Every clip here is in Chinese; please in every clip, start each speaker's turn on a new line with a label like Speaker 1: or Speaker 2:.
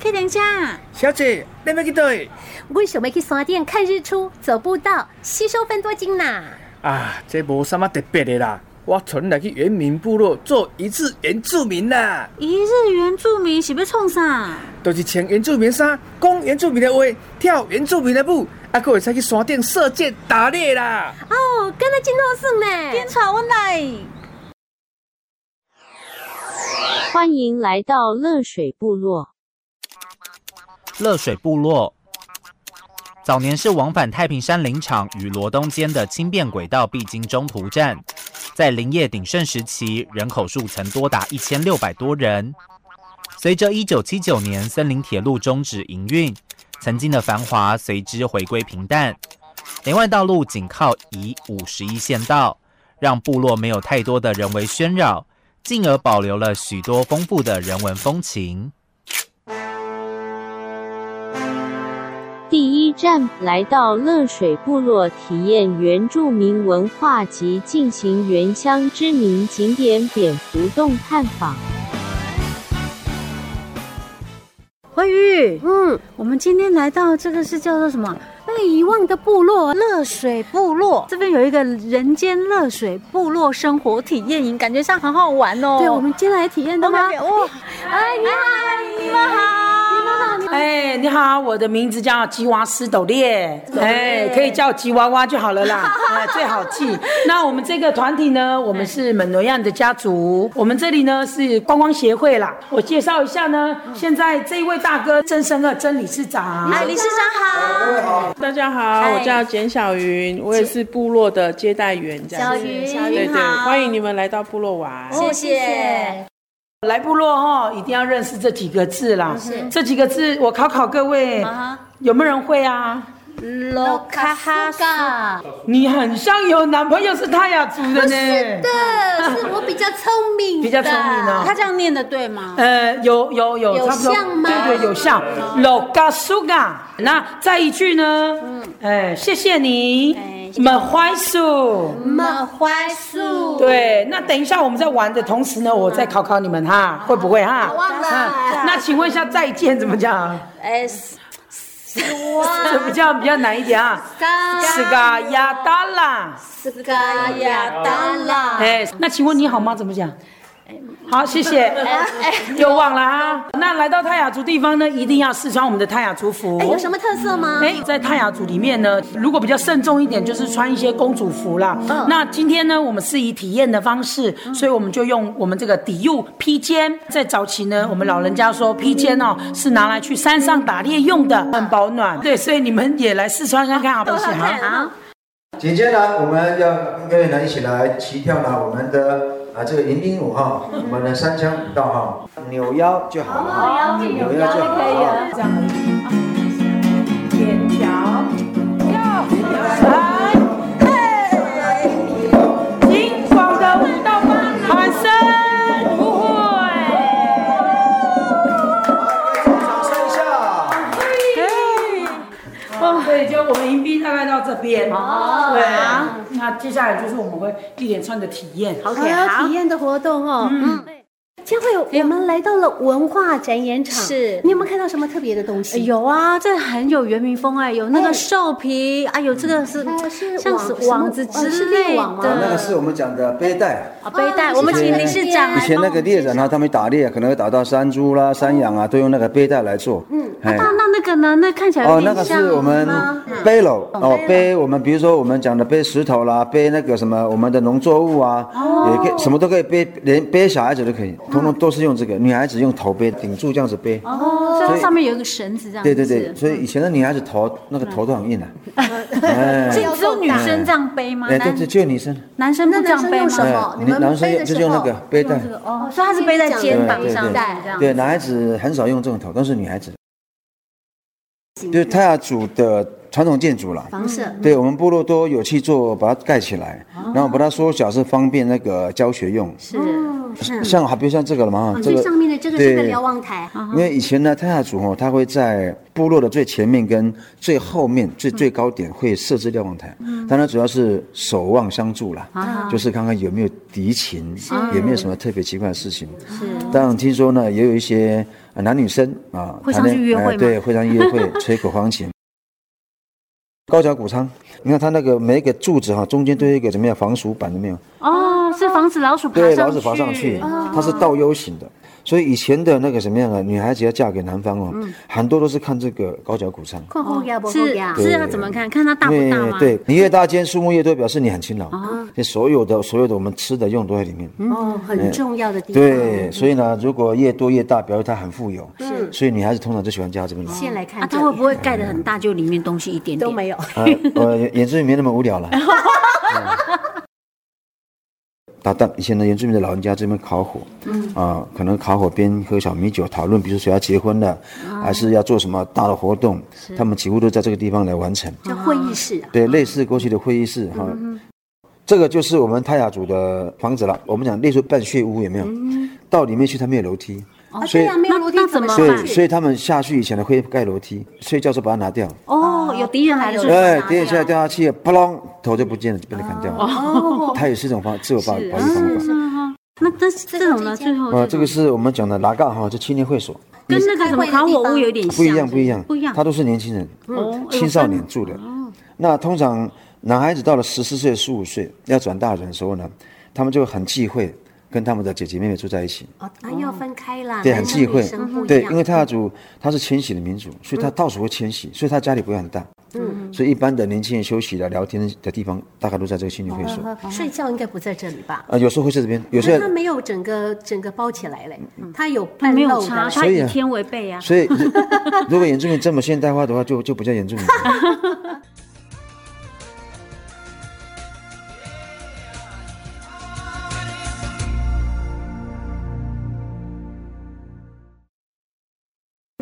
Speaker 1: 客人家，
Speaker 2: 小姐，你要去倒位？
Speaker 1: 我想要去山顶看日出，走步道，吸收分多精啦。
Speaker 2: 啊，这无啥物特别的啦。我存来去原民部落做一日原住民啦，
Speaker 1: 一日原住民是要创啥？
Speaker 2: 就是穿原住民衫，讲原住民的话，跳原住民的舞，啊，佫会使去山顶射箭打猎啦。
Speaker 1: 哦，跟他真好耍呢。
Speaker 3: 点吵我来。
Speaker 4: 欢迎来到乐水部落。
Speaker 5: 乐水部落早年是往返太平山林场与罗东间的轻便轨道必经中途站，在林业鼎盛时期，人口数曾多达一千六百多人。随着一九七九年森林铁路终止营运，曾经的繁华随之回归平淡。林外道路紧靠以五十一县道，让部落没有太多的人为喧扰，进而保留了许多丰富的人文风情。
Speaker 4: 第一站来到乐水部落，体验原住民文化及进行原乡知名景点蝙蝠洞探访。
Speaker 3: 慧玉，
Speaker 1: 嗯，
Speaker 3: 我们今天来到这个是叫做什么？那个遗忘的部落，乐水部落。这边有一个人间乐水部落生活体验营，感觉上很好玩哦。
Speaker 1: 对，我们今天来体验
Speaker 3: 我
Speaker 1: 的吗
Speaker 3: 感？觉哇，
Speaker 1: 哎，你好，你们好，你们好，
Speaker 6: 哎，你好，我的名字叫吉娃斯斗列，哎，可以叫吉娃娃就好了 啦，哎，最好记。那我们这个团体呢，我们是蒙罗样的家族，我们这里呢是观光协会啦。我介绍一下呢，现在这一位大哥曾生二曾理事长，
Speaker 3: 哎，理事长好，
Speaker 7: 大家好，我叫简小云，我也是部落的接待员，这样
Speaker 3: 小
Speaker 7: 子
Speaker 3: 云，小
Speaker 7: 对
Speaker 3: 云
Speaker 7: 对，
Speaker 3: 好，
Speaker 7: 欢迎你们来到部落玩。
Speaker 3: 谢谢。
Speaker 6: 来部落哦，一定要认识这几个字啦。这几个字，我考考各位，有没有人会啊？
Speaker 3: 罗卡哈嘎，
Speaker 6: 你很像有男朋友是泰雅族的呢。
Speaker 1: 的是我比较聪明，
Speaker 6: 比较聪明哦
Speaker 3: 他这样念的对吗？
Speaker 6: 呃，有有有，
Speaker 1: 有
Speaker 6: 差不多
Speaker 1: 像吗嗯
Speaker 6: 对对，有像。Loga suga，那再一句呢？
Speaker 1: 嗯
Speaker 6: 哎，谢谢你
Speaker 3: 哎谢。
Speaker 6: m 怀素。
Speaker 1: 么花树，
Speaker 6: 对，那等一下我们在玩的同时呢，我再考考你们哈，会不会哈？
Speaker 1: 嗯忘了
Speaker 6: 啊那请问一下，再见怎么讲？
Speaker 3: 哎，
Speaker 6: 这比较比较难一点啊。是嘎亚达啦，
Speaker 3: 斯嘎呀达拉，
Speaker 6: 哎，那请问你好吗？怎么讲？
Speaker 1: 哎
Speaker 6: 好，谢 谢。又忘了啊。那来到泰雅族地方呢，一定要试穿我们的泰雅族服。
Speaker 1: 哎，有什么特色吗？
Speaker 6: 哎，在泰雅族里面呢，如果比较慎重一点，就是穿一些公主服啦。那今天呢，我们是以体验的方式，所以我们就用我们这个底柚披肩。在早期呢，我们老人家说披肩哦是拿来去山上打猎用的，很保暖。对，所以你们也来试穿看看好不行啊？
Speaker 3: 好，
Speaker 8: 紧接着呢，我们要各位呢一起来齐跳呢我们的啊这个迎宾舞哈，我们的三枪舞蹈哈，嗯啊扭腰就好了哈，扭腰就好了哈。
Speaker 6: 天桥，要来，嘿，哎金广的味道吗？喊声不会。
Speaker 8: 掌声一下。
Speaker 6: 哦，对，就我们迎宾大概到这边。哦，对啊，那接下来就是我们会一连串的体验。好
Speaker 1: 好有体验的活动哦。嗯，佳慧，我们来到了文化展演场，
Speaker 3: 是
Speaker 1: 你有没有看到什么特别的东
Speaker 3: 哎
Speaker 1: 西？
Speaker 3: 有啊，这很有原民风哎，有那个兽皮，哎呦，这个是
Speaker 1: 它是
Speaker 3: 像
Speaker 1: 网
Speaker 3: 是
Speaker 1: 什么
Speaker 3: 网子
Speaker 1: 哦
Speaker 3: 之
Speaker 1: 是
Speaker 3: 类
Speaker 1: 猎网吗
Speaker 8: 啊，那个
Speaker 3: 的
Speaker 8: 是我们讲的背带。
Speaker 3: 啊背带。
Speaker 1: 哦
Speaker 3: 我们请理
Speaker 1: 理
Speaker 3: 事
Speaker 1: 事
Speaker 3: 长
Speaker 1: 长
Speaker 3: 来
Speaker 8: 以前那个猎人啊，他们打猎可能会打到山猪啦、山羊啊，都用那个背带来做。嗯，
Speaker 3: 啊那那那个呢？那看起来有
Speaker 8: 哦，那
Speaker 3: 点
Speaker 8: 个
Speaker 3: 像啊
Speaker 8: 是我们
Speaker 3: 吗
Speaker 8: 背篓哦，背我们比如说我们讲的背石头啦，背那个什么我们的农作物啊，也可以什么都可以背，连背小孩子都可以，通通都是用这个。女孩子用头背顶住这样子背，
Speaker 3: 哦，所以它上面有一个绳子这样
Speaker 8: 对
Speaker 3: 子。
Speaker 8: 对对，所以以前的女孩子头那个头都很硬的。哎，
Speaker 1: 嗯
Speaker 3: 这只有女生这样背吗？
Speaker 8: 哎，对
Speaker 3: 男
Speaker 8: 对，只有女生，
Speaker 3: 男生不这样背
Speaker 1: 那男生用
Speaker 3: 吗
Speaker 1: 什？
Speaker 8: 哎
Speaker 1: 么，你
Speaker 8: 你
Speaker 1: 们
Speaker 8: 男生
Speaker 1: 背的
Speaker 8: 就
Speaker 1: 时
Speaker 8: 用那
Speaker 1: 候
Speaker 8: 个背带，
Speaker 3: 哦，所以它是背在肩膀上
Speaker 8: 对对对
Speaker 3: 这样子。
Speaker 8: 对，男孩子很少用这种头，都是女孩子。就是泰雅族的传统建筑了。
Speaker 1: 房舍，
Speaker 8: 对我们部落都有去做，把它盖起来，
Speaker 1: 哦
Speaker 8: 然后把它缩小，是方便那个教学用。
Speaker 1: 是，
Speaker 8: 像好比如像这个了嘛，
Speaker 1: 哦
Speaker 8: 哈这
Speaker 1: 最
Speaker 8: 个
Speaker 1: 上面的这个
Speaker 8: 对
Speaker 1: 哦是个瞭望台，
Speaker 8: 因为以前呢，泰雅族哦，他会在部落的最前面跟最后面、最
Speaker 3: 嗯
Speaker 8: 最高点会设置瞭望台，当然主要是守望相助啦，
Speaker 3: 啊
Speaker 8: 就是看看有没有敌情，有没有什么特别奇怪的事情。当然听说呢，也有一些呃男女生啊，
Speaker 3: 会
Speaker 8: 谈
Speaker 3: 上去
Speaker 8: 恋
Speaker 3: 约
Speaker 8: 哎
Speaker 3: 会吗
Speaker 8: 对，会上约 会，吹口簧琴。高脚谷仓，你看它那个每一个柱子哈、中间都有一个怎么样防鼠板，有没有？
Speaker 3: 哦，是防止老鼠爬上
Speaker 8: 对，
Speaker 3: 去，
Speaker 8: 老子爬上去，
Speaker 1: 哦
Speaker 3: 哦
Speaker 8: 它是倒 U 型的。所以以前的那个什么样的女孩子要嫁给男方哦，
Speaker 3: 嗯
Speaker 8: 很多都是看这个高脚骨上，
Speaker 1: 看后呀，不
Speaker 3: 哦
Speaker 1: 后
Speaker 3: 是
Speaker 1: 呀，
Speaker 3: 是要怎么看？看它大哦
Speaker 8: 因
Speaker 3: 不
Speaker 8: 为
Speaker 3: 大吗？，
Speaker 8: 对你越大间，树木越多，表示你很勤劳。这所有的所有的我们吃的用都在里面。
Speaker 3: 嗯
Speaker 1: 哦，很重要的地方，
Speaker 8: 对，所以呢，如果越多越大，表示她很富有。所以女孩子通常就喜欢嫁这边的。
Speaker 1: 现来看
Speaker 3: 啊，
Speaker 1: 这
Speaker 3: 它会
Speaker 1: 里
Speaker 3: 不会盖得很大，就里面东西一点点
Speaker 1: 都没有，
Speaker 8: 呃，呃，原住民没那么无聊了。嗯搭档，以前的原住民的老人家这边烤火，啊，可能烤火边喝小米酒，讨论，比如说谁要结婚了，还是要做什么大的活动，他们几乎都在这个地方来完成。
Speaker 1: 叫会议室啊，
Speaker 8: 对，类似过去的会议室哈。这个就是我们泰雅族的房子了。我们讲类似半血屋有没有？到里面去它没有楼梯，所以
Speaker 1: 对呀，没有楼梯
Speaker 3: 那
Speaker 1: 怎么
Speaker 3: 怎
Speaker 8: 所
Speaker 3: 么
Speaker 1: 上
Speaker 8: 以
Speaker 3: 办
Speaker 1: 去？
Speaker 8: 所以他们下去以前呢会盖楼梯，睡觉时候把它拿掉。
Speaker 3: 哦，有敌人来了，
Speaker 1: 啊有
Speaker 3: 是不是
Speaker 8: 哎，跌下来掉下去，扑啷，头就不见了，就被他砍掉
Speaker 1: 哦
Speaker 3: 哦
Speaker 8: 了。它也是一种方自我保保育方法。
Speaker 3: 那这这种呢？最后
Speaker 8: 啊，
Speaker 3: 这
Speaker 8: 这
Speaker 3: 种
Speaker 8: 个是我们讲的拉嘎哈，就青年会所，
Speaker 3: 跟那个什么烤火屋有点像，
Speaker 8: 啊不一样，
Speaker 3: 是
Speaker 8: 不一样，
Speaker 3: 不一样。
Speaker 8: 它都是年轻人，青少年住的。那通常男孩子到了十四岁、十五岁要转大人的时候呢，他们就很忌讳跟他们的姐姐妹妹住在一起，
Speaker 1: 哦，那要分开啦，
Speaker 8: 对，
Speaker 1: 啊男
Speaker 8: 很
Speaker 1: 生
Speaker 8: 忌
Speaker 1: 女
Speaker 8: 讳
Speaker 1: 生不。一
Speaker 8: 对，
Speaker 1: 样
Speaker 8: 因为泰雅族他是迁徙的民族，所以他到处会迁徙，所以他家里不会很大。嗯，所以一般的年轻人休息的、聊天的地方，大概都在这个青年会所。
Speaker 1: 呃睡觉应该不在这里吧？
Speaker 8: 啊，有时候会在这边，有时
Speaker 1: 那
Speaker 8: 候
Speaker 1: 它没有整个整个包起来嘞，它有
Speaker 3: 它
Speaker 1: 半
Speaker 3: 嗯没有
Speaker 1: 露的
Speaker 3: 差，
Speaker 1: 啦，
Speaker 3: 它
Speaker 8: 以啊
Speaker 3: 以天为被啊。
Speaker 8: 所以如 果原住民这么现代化的话，就就不叫原住民了。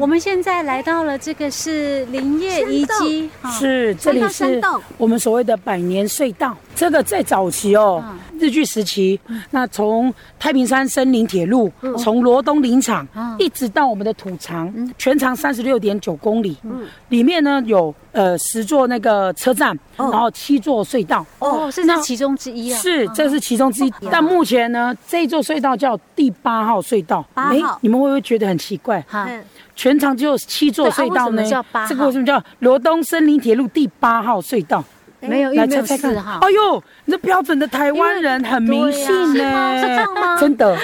Speaker 3: 我们现在来到了这个是林业遗迹，哈
Speaker 6: 是，这里
Speaker 3: 山
Speaker 6: 是
Speaker 3: 洞
Speaker 6: 我们所谓的百年隧道。这个在早期哦，日据时期，那从太平山森林铁路，从罗东林场一直到我们的土长，全长三十六点九公里，里面呢有呃十座那个车站，然后七座隧道。
Speaker 3: 哦，是那其中之一啊。
Speaker 6: 是，这是其中之
Speaker 3: 哦
Speaker 6: 一。但目前呢，这一座隧道叫第八号隧道。
Speaker 3: 八
Speaker 6: 诶
Speaker 3: 号
Speaker 6: 你们会不会觉得很奇怪？
Speaker 3: 哈，
Speaker 1: 嗯
Speaker 6: 全长只有七
Speaker 3: 对
Speaker 6: 座
Speaker 3: 啊
Speaker 6: 隧道
Speaker 3: 为什
Speaker 6: 呢
Speaker 3: 么叫八？号
Speaker 6: 这个为什么叫罗东森林铁路第八号隧道？
Speaker 1: 哎
Speaker 3: 没有，因为没有
Speaker 6: 猜猜
Speaker 3: 四
Speaker 6: 看
Speaker 3: 号。
Speaker 6: 哎呦，你这标准的台湾人很迷信
Speaker 3: 对
Speaker 6: 呢、
Speaker 3: 啊是吗是这样吗
Speaker 6: 真的，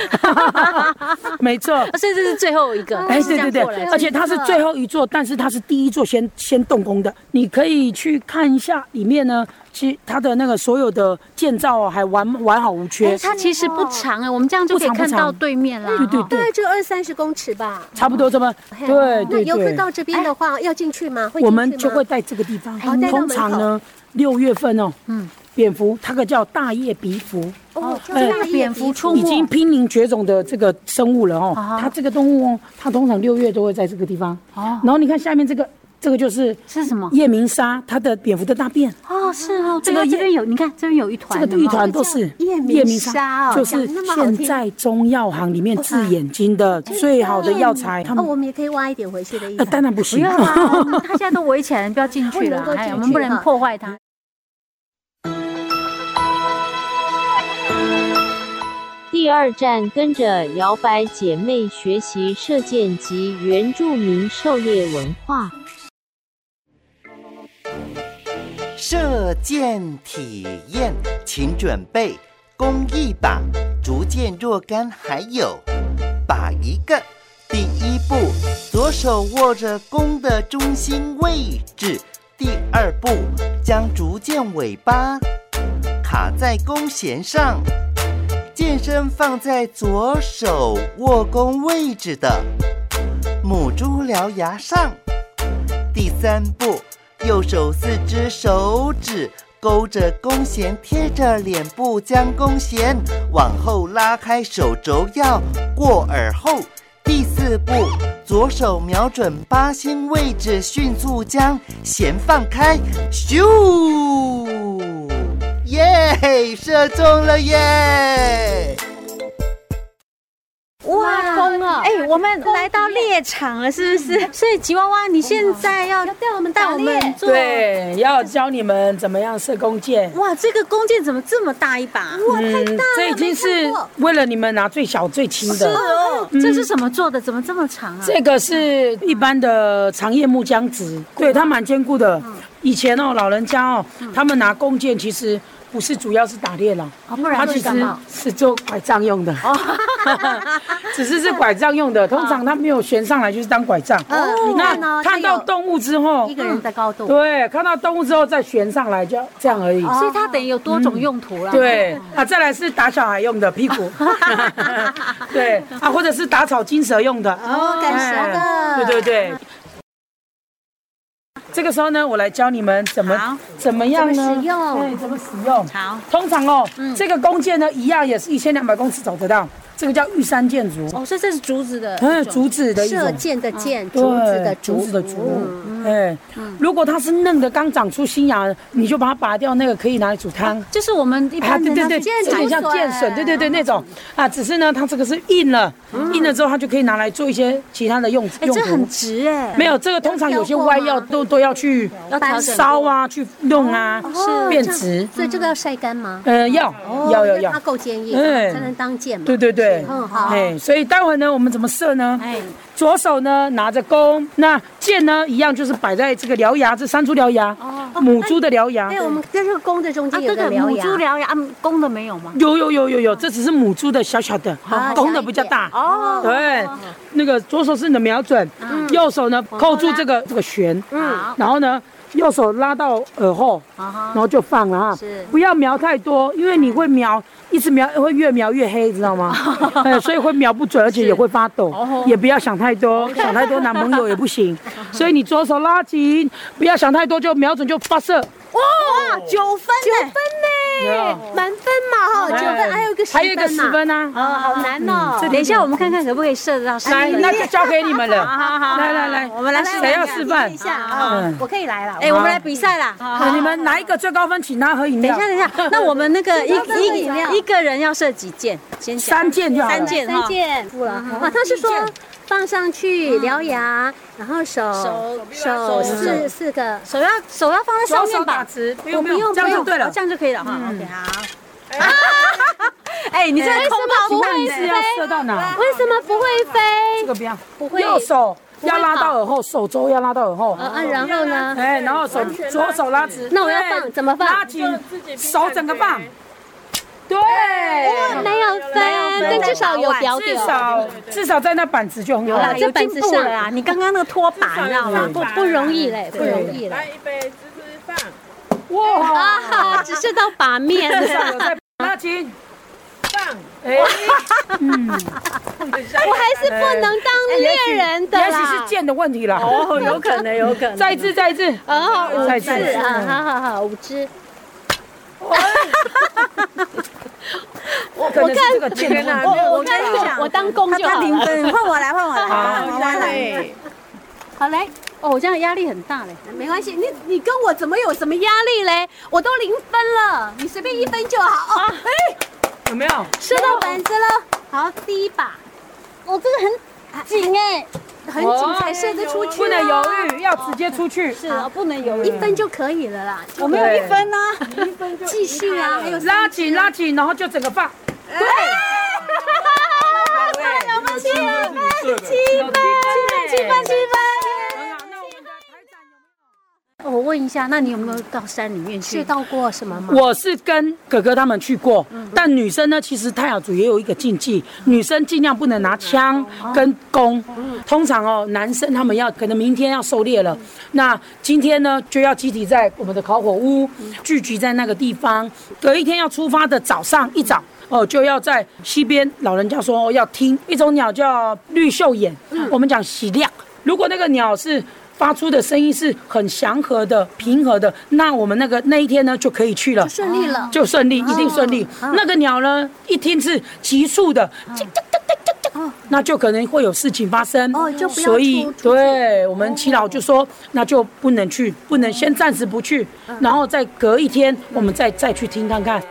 Speaker 6: 没错。
Speaker 3: 哦所以这是最后一个，
Speaker 6: 哎，
Speaker 3: 嗯是这
Speaker 6: 对
Speaker 3: 样
Speaker 6: 对对
Speaker 3: 过来，的
Speaker 6: 而且它是最后一座，但是它是第一座先先动工的。你可以去看一下里面呢，其实它的那个所有的建造哦，还完完好无缺
Speaker 3: 哎，。它其实不长哎，我们这样就可以
Speaker 6: 不长
Speaker 3: 看
Speaker 6: 不长
Speaker 3: 到对面啦。
Speaker 6: 对对
Speaker 3: 哈
Speaker 1: 大
Speaker 6: 对，
Speaker 1: 概只有二三十公尺吧。
Speaker 6: 差不多这么，对
Speaker 1: 哦那
Speaker 6: 对
Speaker 1: 游客
Speaker 6: 对。
Speaker 1: 到这边的
Speaker 3: 哎
Speaker 1: 话，要进去吗？会进去吗
Speaker 6: 我们就会在这个地方
Speaker 1: 哦带。到
Speaker 6: 通
Speaker 1: 门
Speaker 6: 常
Speaker 1: 口
Speaker 6: 呢，六月份哦，嗯，蝙蝠它个叫大叶鼻蝠，
Speaker 1: 哦，叫
Speaker 6: 哎
Speaker 1: 大叶
Speaker 3: 蝙蝠出
Speaker 6: 已
Speaker 3: 没
Speaker 6: 经濒临绝种的这个生物了哦。它这个动物哦，它通常六月都会在这个地方。哦，然后你看下面这个，这个就是
Speaker 3: 是什么？
Speaker 6: 夜明沙，它的蝙蝠的大便，
Speaker 3: 哦，是哦，这
Speaker 6: 这
Speaker 3: 个
Speaker 6: 个
Speaker 3: 这边有，你看这边有一团
Speaker 6: 这
Speaker 3: 有
Speaker 6: 个
Speaker 3: 没有，
Speaker 6: 一团都是
Speaker 1: 夜明沙哦
Speaker 6: 就是
Speaker 1: 讲得那么好
Speaker 6: 现
Speaker 1: 听
Speaker 6: 在中药行里面治眼睛的最好的药材。他
Speaker 1: 哦，
Speaker 6: 们
Speaker 1: 我们也可以挖一点回去的意
Speaker 6: 呃
Speaker 1: 思。
Speaker 6: 当然不
Speaker 3: 不
Speaker 6: 行
Speaker 3: 要，啊 啦，它现在都围起来，不要进去了
Speaker 1: 不能够，进
Speaker 3: 哎，
Speaker 1: 去
Speaker 3: 我们不能
Speaker 1: 哈
Speaker 3: 破坏它。
Speaker 4: 第二站跟着摇摆姐妹学习射箭及原住民狩猎文化。
Speaker 9: 射箭体验，请准备弓一把，竹箭若干，还有把一个。第一步，左手握着弓的中心位置；第二步，将竹箭尾巴卡在弓弦上，箭身放在左手握弓位置的母猪獠牙上。第三步，右手四只手指勾着弓弦，贴着脸部，将弓弦往后拉开，手肘要过耳后，第四步，左手瞄准八星位置，迅速将弦放开，咻！耶，射中了耶！
Speaker 1: 哇，疯了！
Speaker 3: 哎、我们来到猎场了，是不是？ 所以吉娃娃，你现在要带我们带我们做。
Speaker 6: 对，要教你们怎么样射弓箭。嗯
Speaker 3: 哇，这个弓箭怎么这么大一把？
Speaker 1: 哇，太大了，
Speaker 6: 这已经是为了你们拿最小最轻的。
Speaker 3: 哦，这是怎么做的？怎么这么长啊？
Speaker 6: 这个是一般的长叶木姜子，对它蛮坚固的。以前哦，老人家哦，他们拿弓箭其实不是主要是打猎了，
Speaker 3: 哦不然
Speaker 6: 它
Speaker 3: 会
Speaker 6: 其实
Speaker 3: 干嘛
Speaker 6: 是做拐杖用的， 只是是拐杖用的。通常它没有悬上来就是当拐杖。
Speaker 1: 哦你看
Speaker 6: 那
Speaker 1: 哦
Speaker 6: 看到
Speaker 1: 它有
Speaker 6: 动物之后
Speaker 1: 一，个人的高度。
Speaker 6: 对，看到动物之后再悬上来就这样而已。
Speaker 3: 所以它等于有多种用途了。，
Speaker 6: 哦
Speaker 3: 嗯
Speaker 6: 对啊，再来是打小孩用的屁股， 对啊，或者是打草惊蛇用的
Speaker 1: 哦，感受
Speaker 6: 哎
Speaker 1: 的，
Speaker 6: 对对对。这个时候呢，我来教你们怎
Speaker 3: 好
Speaker 6: 么怎么样
Speaker 1: 怎
Speaker 6: 呢？
Speaker 1: 么使用
Speaker 6: 对，怎么使用。
Speaker 3: 好，
Speaker 6: 通常哦，这个弓箭呢，一样也是一千两百公尺走得到。这个叫玉山箭竹，
Speaker 3: 哦，所以这是竹子的，
Speaker 6: 嗯，竹子的一
Speaker 1: 射
Speaker 6: 种。
Speaker 1: 箭的箭，
Speaker 6: 对
Speaker 1: 竹子的
Speaker 6: 竹
Speaker 1: 竹
Speaker 6: 子的竹，哎，如果它是嫩的，刚长出新芽，你就把它拔掉，那个可以拿来煮汤。
Speaker 3: 就是我们一
Speaker 6: 啊，
Speaker 3: 般
Speaker 6: 对
Speaker 3: 的
Speaker 6: 对对，
Speaker 1: 箭
Speaker 6: 有点像
Speaker 1: 竹
Speaker 6: 剑
Speaker 1: 笋
Speaker 6: 笋，对对对那种啊，只是呢，它这个是硬了，硬了之后它就可以拿来做一些其他的用
Speaker 3: 哎，
Speaker 6: 用
Speaker 3: 这很
Speaker 6: 途。
Speaker 3: 直
Speaker 1: 欸
Speaker 3: 哎，
Speaker 6: 没有这个，通常有些歪药都都要去
Speaker 3: 调整
Speaker 6: 烧啊，去弄啊，变直。
Speaker 1: 所以这个要晒干吗？
Speaker 6: 呃，要
Speaker 1: 哦
Speaker 6: 要要
Speaker 1: 让它
Speaker 6: 要，
Speaker 1: 够坚硬，
Speaker 6: 嗯
Speaker 1: 才能当箭嘛。
Speaker 6: 对对对，
Speaker 1: 嗯好
Speaker 6: 哎，所以待会呢，我们怎么射呢？
Speaker 3: 哎，
Speaker 6: 左手呢拿着弓，那箭呢一样就是摆在这个獠牙，这山猪獠牙，母猪的獠牙。
Speaker 1: 对，哎我们在这个弓的中
Speaker 3: 啊，
Speaker 1: 间有
Speaker 3: 这
Speaker 1: 个
Speaker 3: 个
Speaker 1: 獠
Speaker 3: 母
Speaker 1: 牙，
Speaker 3: 猪獠牙，啊公的没有吗？
Speaker 6: 有有有有有，这只是母猪的小小的
Speaker 1: 啊，
Speaker 6: 公的比较大。
Speaker 3: 哦，
Speaker 6: 对，那个左手是你的瞄准，
Speaker 1: 嗯
Speaker 6: 右手呢扣住这个这个弦，
Speaker 3: 好
Speaker 6: 然后呢右手拉到耳后，
Speaker 1: 嗯
Speaker 6: 然后就放了哈
Speaker 3: 是，
Speaker 6: 不要瞄太多，因为你会瞄，一直瞄会越瞄越黑，知道 吗？哎所以会瞄不准，而且也会发抖，也不要想太
Speaker 1: 哦
Speaker 6: 多，想太多男朋友也不 行，所以你左手拉紧，不要想太多，就瞄准就发射。啊
Speaker 3: 哇，九分
Speaker 1: 九
Speaker 3: 呢
Speaker 1: 分呢，满分嘛哈，九分，哦哎还有一个十分啊
Speaker 6: 还有一个十
Speaker 1: 呐，
Speaker 6: 分啊呢。
Speaker 1: 哦，好难哦。
Speaker 3: 等一下，我们看看可不可以射得到十
Speaker 1: 哎
Speaker 6: 来，
Speaker 3: 分。
Speaker 6: 那就交给你们了。来来来，
Speaker 3: 我们来
Speaker 6: 谁要示范
Speaker 1: 嗯一？下啊
Speaker 6: 嗯，
Speaker 1: 我可以来了。
Speaker 3: 哎，我们来比赛啦！
Speaker 6: 啊好你们哪一个最高分，请他喝饮
Speaker 3: 等一
Speaker 6: 料
Speaker 3: 下，。等一下，那我们那个一
Speaker 1: 分的饮料
Speaker 3: 一一个人要射几箭？先想
Speaker 6: 三件就好了。
Speaker 3: 三件
Speaker 1: 三
Speaker 3: 哈，
Speaker 1: 箭，不了啊，他是说放上去獠牙，然后手
Speaker 3: 手
Speaker 1: 手四四个，
Speaker 3: 手要手要放在上
Speaker 6: 左手
Speaker 3: 面
Speaker 6: 打
Speaker 3: 吧？
Speaker 6: 直，不
Speaker 3: 我
Speaker 6: 用不用，这样就对
Speaker 3: 哦
Speaker 6: 了
Speaker 3: 这。样就可以了哈。OK，好。哎，你这个空抛不会
Speaker 6: 你是要射到哪？
Speaker 1: 为什么不会
Speaker 6: 这
Speaker 1: 飞？
Speaker 6: 个不要，
Speaker 1: 不会
Speaker 6: 右手要拉到耳后，手肘要拉到耳后。
Speaker 1: 啊，然后呢？
Speaker 6: 哎，然后手左手拉直。
Speaker 1: 那我要放
Speaker 6: 对
Speaker 1: 怎么放
Speaker 6: 拉紧手整个放。对，
Speaker 1: 没有分，但至少有表
Speaker 6: 至
Speaker 1: 点。
Speaker 6: 少至少在那板子就很好
Speaker 3: 好
Speaker 6: 了
Speaker 3: 啦，。
Speaker 1: 这
Speaker 3: 有
Speaker 1: 本
Speaker 3: 进
Speaker 1: 子
Speaker 3: 步
Speaker 1: 上
Speaker 3: 了啦！你刚刚那个拖把，你知道吗？
Speaker 1: 不不容易嘞，不容易嘞。
Speaker 7: 一杯，芝芝放。
Speaker 6: 哇，
Speaker 1: 啊哈，只是到把 面
Speaker 6: 至少有在拉紧。
Speaker 7: 放，
Speaker 6: 哎，
Speaker 1: 我还是不能当猎人的
Speaker 6: 也许是
Speaker 1: 啦。
Speaker 6: 剑的问题啦。
Speaker 3: 哦，有可能，有可能
Speaker 6: 再一次，再一次。
Speaker 1: 啊，五
Speaker 6: 再一
Speaker 1: 只
Speaker 6: 次
Speaker 1: 啊，好好好，五只。
Speaker 6: 我可能是这个剑的问题。
Speaker 1: 我跟你讲，我当公就好
Speaker 3: 零
Speaker 1: 了。
Speaker 3: 分，换我来，换我来，换我来。
Speaker 7: 对，
Speaker 1: 好嘞，哦，我这样压力很大嘞。没关系，你你跟我怎么有什么压力嘞？我都零分了，你随便一分就好。哦，哎，
Speaker 6: 有没有？
Speaker 1: 射到本子了。好，第一把，我这个很紧哎，很紧才射得出去。啊
Speaker 6: 不能犹。豫，要直接出去。
Speaker 1: 是啊，不能犹豫，一分就可以了啦。我们
Speaker 6: 有一分
Speaker 1: 呢，一分就继续啊，还有三
Speaker 6: 拉紧拉紧，然后就整个放。
Speaker 1: 有没有七分？七分，七分，七分，七分。
Speaker 6: 很好，那我们的台长有没
Speaker 3: 哦我问一下，那你有没有到山里面
Speaker 1: 是
Speaker 3: 去？
Speaker 1: 到过什么吗？
Speaker 6: 有我是跟哥哥他们去过，但女生呢，其实泰雅族也有一个禁忌，女生尽量不能拿枪跟弓。通常哦，男生他们要可能明天要狩猎了，那今天呢就要集体在我们的烤火屋聚集在那个地方，隔一天要出发的早上一早。哦，就要在西边，老人家说哦要听一种鸟叫绿袖眼，我们讲喜亮。如果那个鸟是发出的声音是很祥和的、平和的，那我们那个那一天呢就可以去了，
Speaker 1: 顺利啊了。啊
Speaker 6: 就顺利，一定顺利。那个鸟呢，一听是急促的，叽叽叽叽叽叽那就可能会有事情发生。
Speaker 1: 哦就不要
Speaker 6: 所以
Speaker 1: 出出去
Speaker 6: 对我们祈老就说，那就不能去，不能先暂时不去，
Speaker 1: 嗯
Speaker 6: 然后再隔一天我们再再去听看看。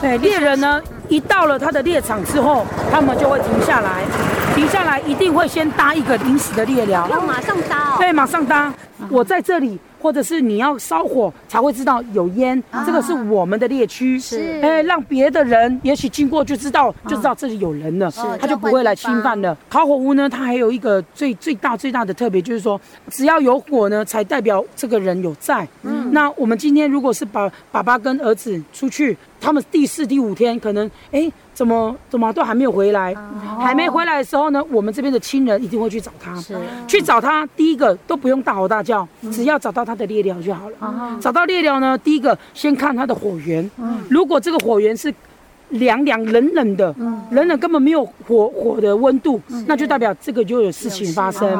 Speaker 6: 对，哎猎人呢，一到了他的猎场之后，他们就会停下来，停下来一定会先搭一个临时的猎寮，
Speaker 1: 要马上搭哦。
Speaker 6: 对，马上搭。我在这里，或者是你要烧火才会知道有烟，这个是我们的猎区。
Speaker 1: 是
Speaker 6: 哎，让别的人也许经过就知道，就知道这里有人了，他就不会来侵犯了。烤火屋呢，它还有一个最最大最大的特别就是说，只要有火呢，才代表这个人有在。嗯，那我们今天如果是把爸爸跟儿子出去，他们第四、第五天可能哎。怎么怎么都还没有回来，还没回来的时候呢，我们这边的亲人一定会去找他。
Speaker 3: 是
Speaker 6: 去找他，第一个都不用大吼大叫，只要找到他的猎寮就好了。找到猎寮呢，第一个先看他的火源，如果这个火源是凉凉冷冷的，冷冷根本没有火火的温度，那就代表这个就有事情发生。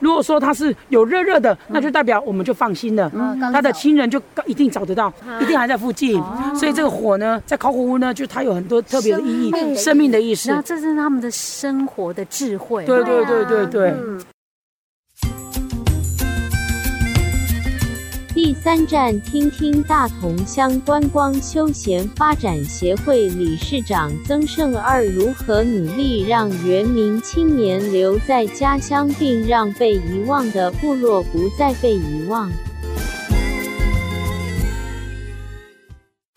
Speaker 6: 如果说它是有热热的，那就代表我们就放心
Speaker 3: 嗯
Speaker 6: 了，他的亲人就一定找得到，一定还在附近。所以这个火呢，在烤火屋呢，就它有很多特别的意义，生命的意识
Speaker 3: 然后。这是他们的生活的智慧。
Speaker 6: 对对对对对。
Speaker 4: 第三站，听听大同乡观光休闲发展协会理事长曾胜二如何努力让原民青年留在家乡，并让被遗忘的部落不再被遗忘。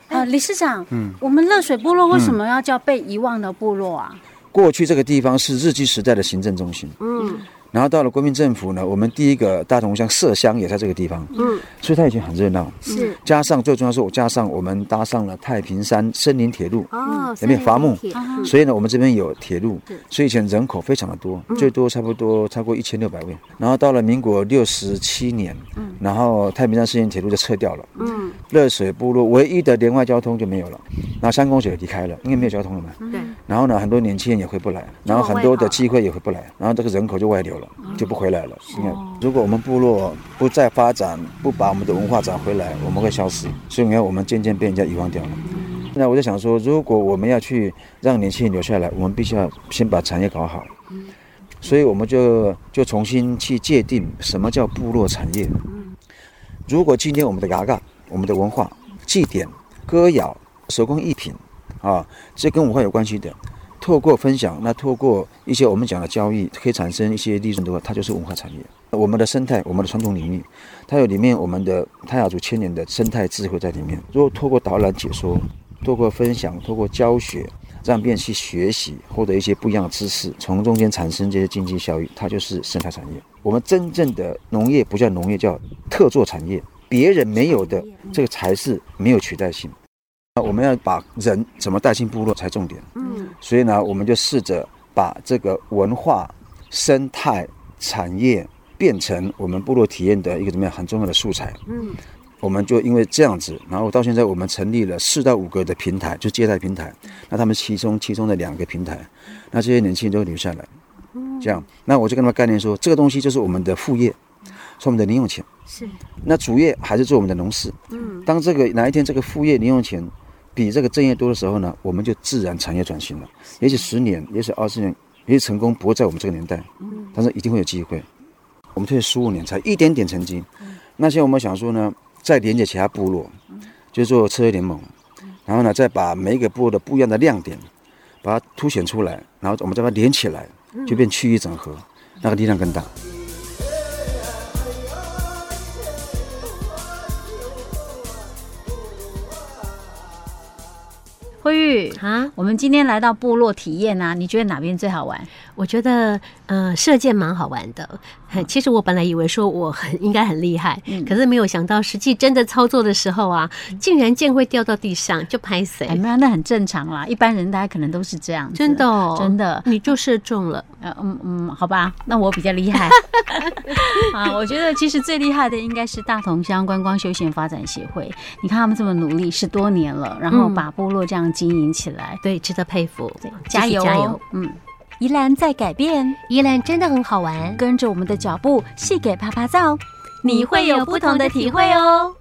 Speaker 3: 呃，理事长，
Speaker 8: 嗯
Speaker 3: 我们乐水部落为什么要叫被遗忘的部落啊？
Speaker 8: 过去这个地方是日据时代的行政中心，嗯，然后到了国民政府呢，我们第一个大同乡社乡也在这个地方，嗯，所以它以前很热闹，
Speaker 1: 是
Speaker 8: 加上最重要是我加上我们搭上了太平山森林铁路，
Speaker 3: 嗯
Speaker 1: 哦，
Speaker 8: 有没有伐木
Speaker 1: 森林铁
Speaker 3: 啊
Speaker 8: 所以呢，我们这边有铁路，所以以前人口非常的多，最多差不多超过一千六百位。然后到了民国六十七年，然后太平山森林铁路就撤掉了，嗯，热水部落唯一的连外交通就没有了，然后三公水也离开了，因为没有交通了嘛，
Speaker 1: 对，
Speaker 8: 然后呢，很多年轻人也回不来，然后很多的机会也回不来，然后这个人口就外流了，就不回来了。你看，如果我们部落不再发展，不把我们的文化找回来，我们会消失。所以你看，我们渐渐被人家遗忘掉了。那我就想说，如果我们要去让年轻人留下来，我们必须要先把产业搞好。所以我们就就重新去界定什么叫部落产业。如果今天我们的嘎嘎、我们的文化、祭典、歌谣、手工艺品啊，这跟文化有关系的，透过分享，那透过一些我们讲的交易，可以产生一些利润的话，它就是文化产业。我们的生态，我们的传统领域，它有里面我们的泰雅族千年的生态智慧在里面。如果透过导览解说，透过分享，透过教学，让别人去学习，获得一些不一样的知识，从中间产生这些经济效益，它就是生态产业。我们真正的农业不叫农业，叫特作产业，别人没有的，这个才是没有取代性。那我们要把人怎么带进部落才重点。嗯，所以呢，我们就试着把这个文化、生态、产业变成我们部落体验的一个怎么样很重要的素材。嗯，我们就因为这样子，然后到现在我们成立了四到五个的平台，就接待平台。那他们其中其中的两个平台，那这些年轻人都留下来。这样，那我就跟他们概念说，这个东西就是我们的副业，是我们的零用钱。是。那主业还是做我们的农事。嗯。当这个哪一天这个副业零用钱比这个正业多的时候呢，我们就自然产业转型了。也许十年，也许二十年，也许成功不会在我们这个年代，但是一定会有机会。我们退十五年才一点点成绩，那现在我们想说呢，再连接其他部落，就做策略联盟，然后呢，再把每一个部落的不一样的亮点，把它凸显出来，然后我们再把它连起来，就变区域整合，那个力量更大。
Speaker 3: 慧玉
Speaker 10: 啊，
Speaker 3: 我们今天来到部落体验啊，你觉得哪边最好玩？
Speaker 10: 我觉得呃射箭蛮好玩的。
Speaker 3: 嗯
Speaker 10: 嘿其实我本来以为说我很应该很厉害，可是没有想到实际真的操作的时候啊，竟然箭会掉到地上，就拍谁
Speaker 3: 嗯哎，。没有，那很正常啦，一般人大家可能都是这样子，
Speaker 10: 真的、哦，
Speaker 3: 真的，
Speaker 10: 你就射中了。
Speaker 3: 呃，嗯嗯，好吧，那我比较厉害 啊。我觉得其实最厉害的应该是大同乡观光休闲发展协会，你看他们这么努力十多年了，然后
Speaker 10: 嗯
Speaker 3: 把部落这样经营起来，
Speaker 10: 对，值得佩服，继续
Speaker 3: 加油哦
Speaker 10: 加油！！
Speaker 3: 嗯，宜兰在改变，
Speaker 10: 宜兰真的很好玩，
Speaker 3: 跟着我们的脚步，细给啪啪照，
Speaker 10: 你会有不同的体会哦。